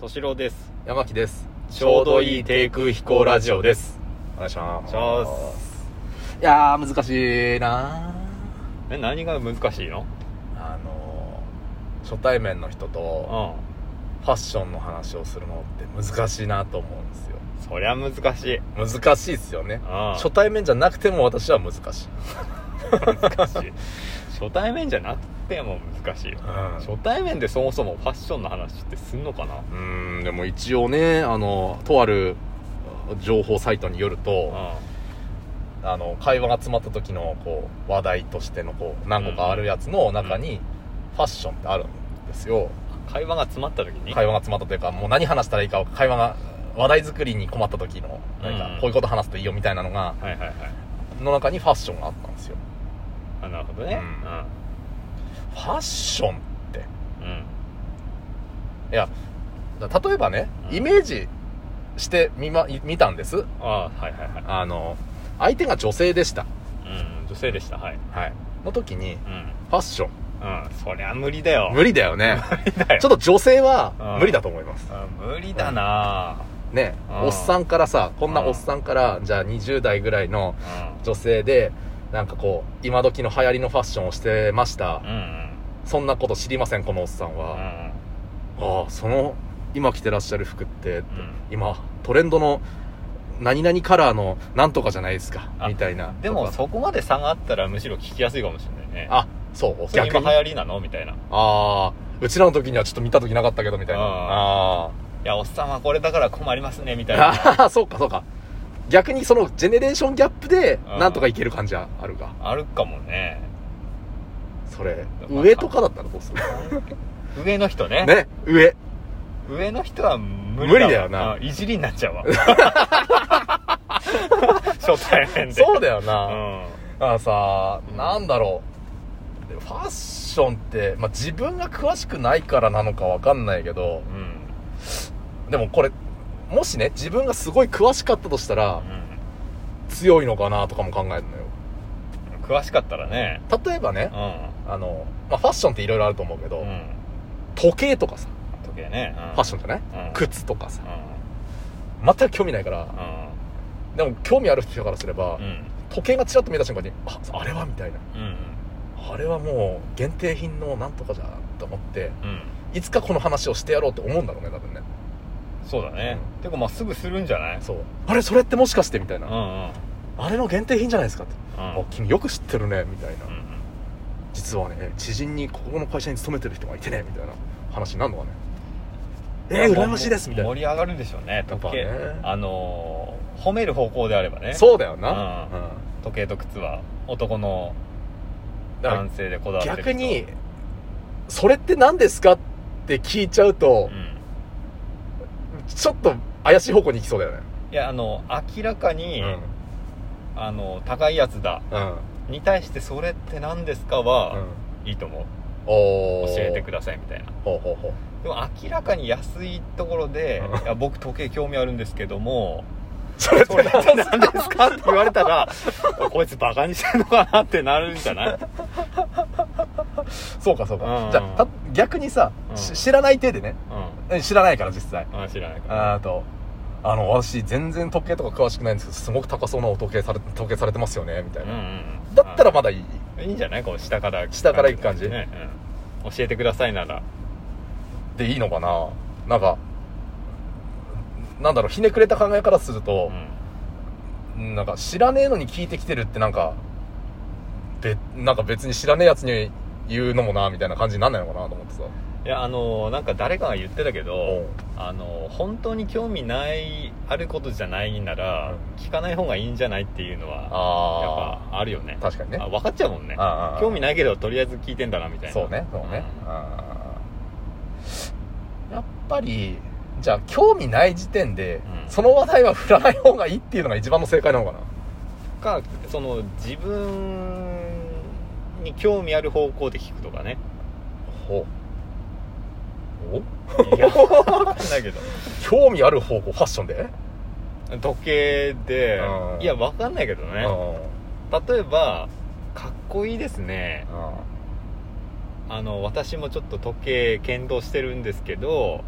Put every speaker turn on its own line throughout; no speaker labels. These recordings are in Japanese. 敏郎です
山木です
ちょうどいい低空飛行ラジオです
お願いします
します
いやー難しいな
え何が難しいの
ああのー初対面の人と
う
ファッションの話をするのって難しいなと思うんですよ
んそりゃ難しい
難しいっすよね
ああ
初対面じゃなくても私は難しい
難しい 初対面じゃなくても難しいよ、初対面でそもそもファッションの話ってすんのかな
うーんでも一応ねあのとある情報サイトによる
う
と
ん
あの会話が詰まった時のこう話題としてのこう何個かあるやつの中にファッションってあるんですよ
会話が詰まった時に、
会話が詰まったというかもう何話したらいいか会話が話題作りに困った時のなん
うん
かこういうこと話すといいよみたいなのが
はいはいはい
の中にファッションがあったんですよ
あなるほどね
ファッションって
うん、うん
いやだ例えばね
うん
イメージしてみま見たんです
ああはいはいはい
あの相手が女性でした
うん女性でしたはい
はいの時に
うん
ファッション
うんそりゃ無理だよ
無理だ よね
理だよ
ちょっと女性
う
は
ん
無理だと思います
あ無理だな
ね
うん
おっさんからさこんな
うん
おっさんからじゃあ20代ぐらいの
う
女性でなんかこう今時の流行りのファッションをしてました
んうんうん
そんなこと知りませんこのおっさん
う
は、
ん
ああその今着てらっしゃる服って
うん
今トレンドの何々カラーのなんとかじゃないですか
あ
みたいな
でも
とか
そこまで差があったらむしろ聞きやすいかもしれないね
あそう
それ
逆
今
に
流行りなのみたいない
ああうちらの時にはちょっと見た時なかったけどみたいな
うん
あ
やおっさんはこれだから困りますねみたいな
ああそうかそうか逆にそのジェネレーションギャップで
うん
なんとかいける感じはあるか
あるかもね
それ
まあ
上とかだったらどうする
上の人ね
ね上
上の人は無理
無理だよな
あいじりになっ ちゃうわ初対面で
そうだよ
う
な、
ん
あのさ
うん
なんだろうファッションって、まあ、自分が詳しくないからなのかわかんないけど
うん
でもこれもしね自分がすごい詳しかったとしたら
う
強いのかなとかも考えるのよ
ん詳しかったらね
例えばね
う
あの、まあ、ファッションっていろいろあると思うけど、
んうん
時計とかさ
時計ね
ファッションじゃない、
ョ
靴とかさ
う
全く興味ないか
ん
ら
うん
でも興味ある人からすれば、
うん
時計がちらっと見えた瞬間にああれはみたいな
うん
あれはもう限定品のなんとかじゃんと思って
うん
いつかこの話をしてやろうって思うんだろうね多分ね
そうだねてかまあすぐするんじゃない
そうあれそれってもしかしてみたいうな、
んうん
あれの限定品じゃないですかって、
うん
あ君よく知ってるねみたいな、
うん
実はね知人にここの会社に勤めてる人がいてねみたいな話になるのかねえー、羨ましいですみたいな、
盛り上がるんでしょうね時計
やっぱね
あのー褒める方向であればね
そうだよな、
うん
うん
時計と靴は男の
だから
男性でこだわってる人
逆にそれって何ですかって聞いちゃう
う
と、
ん
ちょっと怪しい方向に行きそうだよね
いやあの明らか
う
に、
ん
あの高いやつだ
うん、
に対してそれって何ですか
う
は、
ん
いいと思う
お
教
ー
えてくださいみたいな
ほうほうほう
でも明らかに安いところで
うん
いや僕時計興味あるんですけども
それって
それって何です かって言われたらこいつバカにしてんのかなってなるんじゃない
そうかそうか、
うん
じゃあた逆にさ、
うん
し知らない手でね
う
え知らないから実際
んあ知らないから
あとあの私全然時計とか詳しくないんですけどすごく高そうなお時計され時計されてますよねみたい
うんう
な、
んうん
だったらまだいい
あいいんじゃないこう下から
下から行く感じ
ね、うん教えてくださいなら
でいいのかななんかなんだろうひねくれた考えからする
う
と、
ん
なんか知らねえのに聞いてきてるってなんかべなんか別に知らねえやつに言うのもなみたいな感じになんないのかなと思ってさ
いやあのなんか誰かが言ってたけ
お
ど
う
あの本当に興味ないあることじゃないなら
う
聞かない方がいいんじゃないっていうのはやっ
あ
ぱあるよね
あ確かにね
あ分かっちゃうもんね
ああ
興味ないけどとりあえず聞いてんだなみたいな
そうねそうね、
うん
あーやっぱりじゃあ興味ない時点で、
うん
その話題は振らない方がいいっていうのが一番の正解なのかな
かその自分に興味ある方向で聞くとか ね
ほお
いや分かんないけど
興味ある方向ファッションで、
時計で
うん
いや分かんないけど
う
ね
ん
例えばかっこいいですね
うん
あの私もちょっと時計検討してるんですけど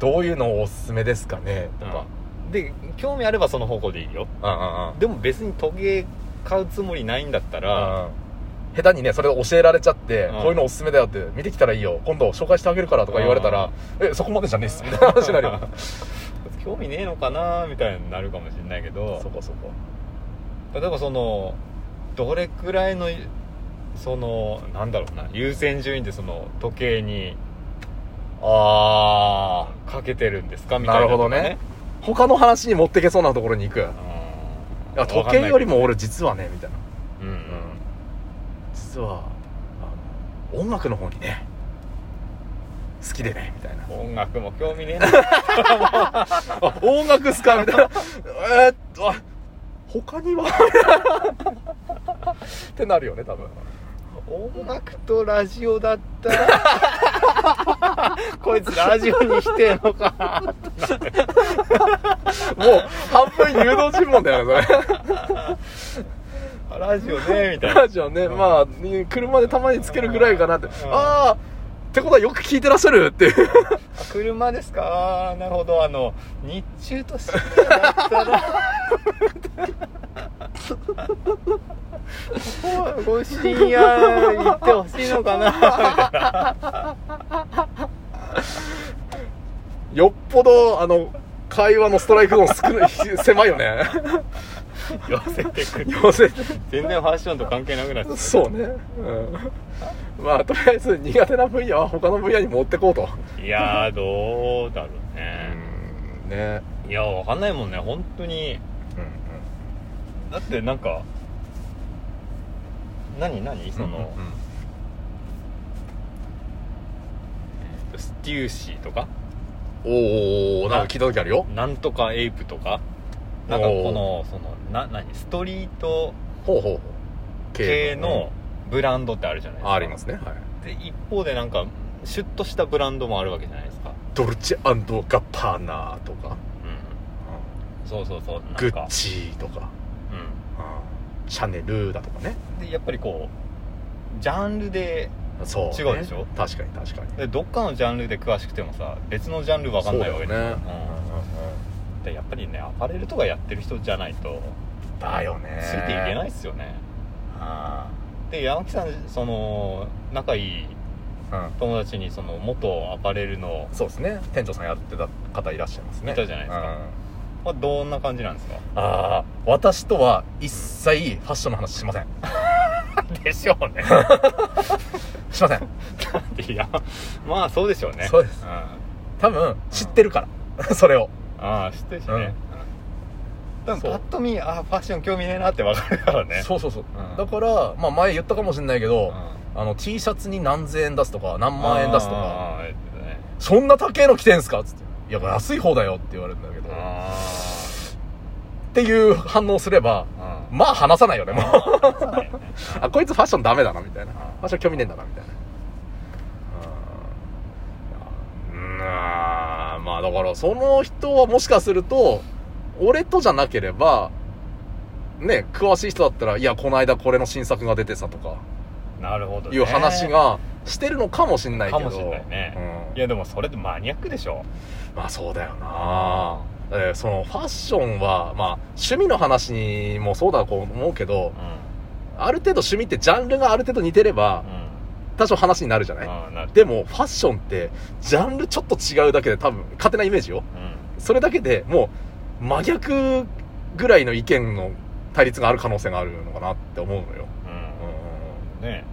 どういうのをおすすめですかねとか、
で興味あればその方向でいいよ
うん、うんうん
でも別に時計買うつもりないんだったら、
うん下手にねそれを教えられちゃって、
うん
こういうのおすすめだよって見てきたらいいよ今度紹介してあげるからとか言われたら、えそこまでじゃねえっすみたいな話になるよ
興味ねえのかなみたいになるかもしれないけど
そこそこ
例えばそのどれくらいのそのなんだろうな優先順位でその時計に
ああ
かけてるんですかみたいなとか
なる他の話に持ってけそうなところに行くい
うん
や時計よりも俺実はねみたいな
うんうん
実はあの音楽の方にね好きでねみたいな
音楽も興味ねえ な
あ音楽っす かみたいなえーっとあ他には ってなるよね多分
音楽とラジオだったら こいつラジオにしてんのかな
もう半分誘導尋問だよねそれ
あラジオねみた いな
ラジオね、まあ、ね車でたまにつけるぐらいかなって。
うん
ああ、ってことはよく聞いてらっしゃるっていう。
あ車ですかあーなるほどあの日中と深夜だったらここご深夜行ってほしいのかな
よっぽど、あの、会話のストライクゾーン少ない、 狭いよね。
寄せてくる
要する
全然ファッションと関係なくなっちゃ
に
っ
そうね。うん。まあ、とりあえず苦手な分野は他の分野に持ってこうと。
たいやーどうだろうね
うん、ね。
いやわかんないもんね本当にだってなんか何何その、ステューシーとか
おーおーおーなんか聞いた時あるよ。
なんとかエイプとかなんかこのそのな何ストリート
ほうほうほう。
系のブランドってあるじゃないです
うん。
か
ありますね。はい。
で一方でなんかシュッとしたブランドもあるわけじゃないですか
ドルチェガッパーナーとか。
うんそうそうそうなんか
グッチーとか、シャネルだとかね
うんでやっぱりこうジャンルで
そう、ね、
違うでしょ
確かに確かに
でどっかのジャンルで詳しくてもさ別のジャンルわかんないわけ
そうだよね
すようんでやっぱりねアパレルとかやってる人じゃないと
だよね
ついていけないっすよね、
あ
で山木さんその仲いい
あ、うん、
友達にその元アパレルの、
そうですね店長さんやってた方いらっしゃいますね
いたじゃないですか
うん
まあ、どんな感じなんですか
ああ私とは一切ファッションの話しません
でしょうね
しません
いやまあそうでしょうね
そうです
んあ
多分知ってるから それを
あ知ってるしね、
うん
多分
そう
パッと見ああファッション興味ねえなってわかるからね
そうそうそう、
うん
だから、まあ、前言ったかもしれないけ
う
ど、
ん
あの T シャツに何千円出すとか何万円出すとか
ああえっとね
そんな高えの着てんすかっつって「いや安い方だよ」って言われるんだけど
あ
っていう反応すれば、
あ
まあ話さないよね、もう。
うん そうだよね
あ、こいつファッションダメだな、みたいな。
ん
ファッション興味ねえんだな、みたいな。うんいや。うーんまあだから、その人はもしかすると、俺とじゃなければ、ね、詳しい人だったら、いや、この間これの新作が出てさとか、
なるほど、ね、
いう話がしてるのかもしんないけど。
かもしんないね
うん
いやでもそれでマニアックでしょ
まあそうだよなえーそのファッションは、まあ趣味の話にもそうだと思うけど、
う
ある程度趣味ってジャンルがある程度似てれば
ん、う
多少話になるじゃない、
んああなる
でも、ファッションって、ジャンルちょっと違うだけで多分、勝手なイメージよ。
うん
それだけでもう、真逆ぐらいの意見の対立がある可能性があるのかなって思うのよ。
うんね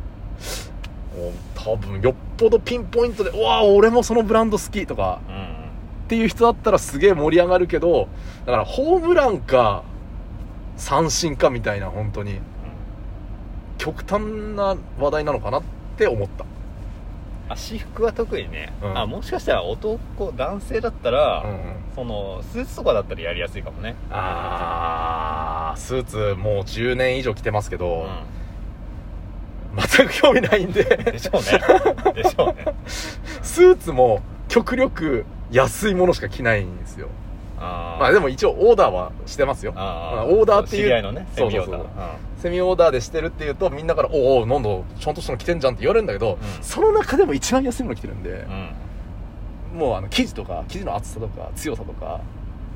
うん。もう多分、よっぽどピンポイントで、うわあ俺もそのブランド好きとか、
うん
っていう人だったらすげえ盛り上がるけど、だからホームランか、三振かみたいな、本当に、
うん
極端な話題なのかなって思った。
あ私服は特にね、
うん
あもしかしたら男男性だったら、
うんうん
そのスーツとかだったらやりやすいかもね
あースーツもう10年以上着てますけど、
う
全く興味ないん
んで
で
しょうね でしょうね
スーツも極力安いものしか着ないんですよ
あ
まあ
で
でも一応オーダーはしてますよまあオーダーっていう
知り合いのねセミオーダ
そう
ー
そうセミオーダーでしてるっていうとみんなから「おうおうなんだちゃんとしたの着てんじゃん」って言われるんだけ
う
ど、
ん
その中でも一番安いもの着てるんで、
うんうん
もうあの生地とか生地の厚さとか強さとか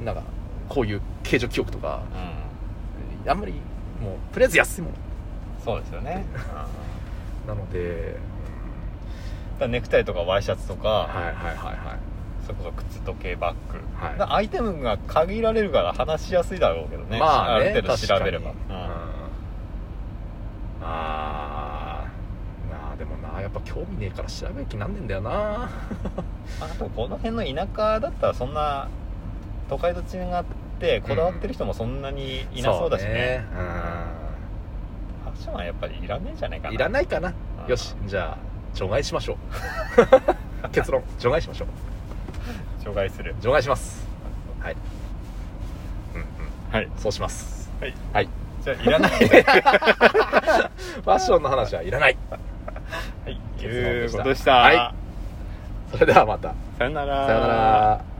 なんかこういう形状記憶とか
うん
あんまりもうとりあえず安いもの
そうですよね、うん、だか
なので
らネクタイとかワイシャツとか、
はいはいはいはい
それこそ靴時計バッグ、
はい
だからアイテムが限られるから話しやすいだろうけどね
まあね
る程度調べれば、
確かにうん
うん
あーなあでもなやっぱ興味ねえから調べる気なんねえんだよ
あ
な
とこの辺の田舎だったらそんな都会と違ってこだわってる人もそんなに いなそうだしね,、
そう
ファッションはやっぱりいらねえんじゃないか
うん
ない
らないかな
うん
よしじゃあ除外しましょ う結論除外しましょう
除外する
除外しますはいうんうん
はい
そうします
はい
はい
じゃあいらないは
ファッションの話はいらない
い
結
いうこ
論でした
とでした、
はいそれではまた
さよなら
さようなら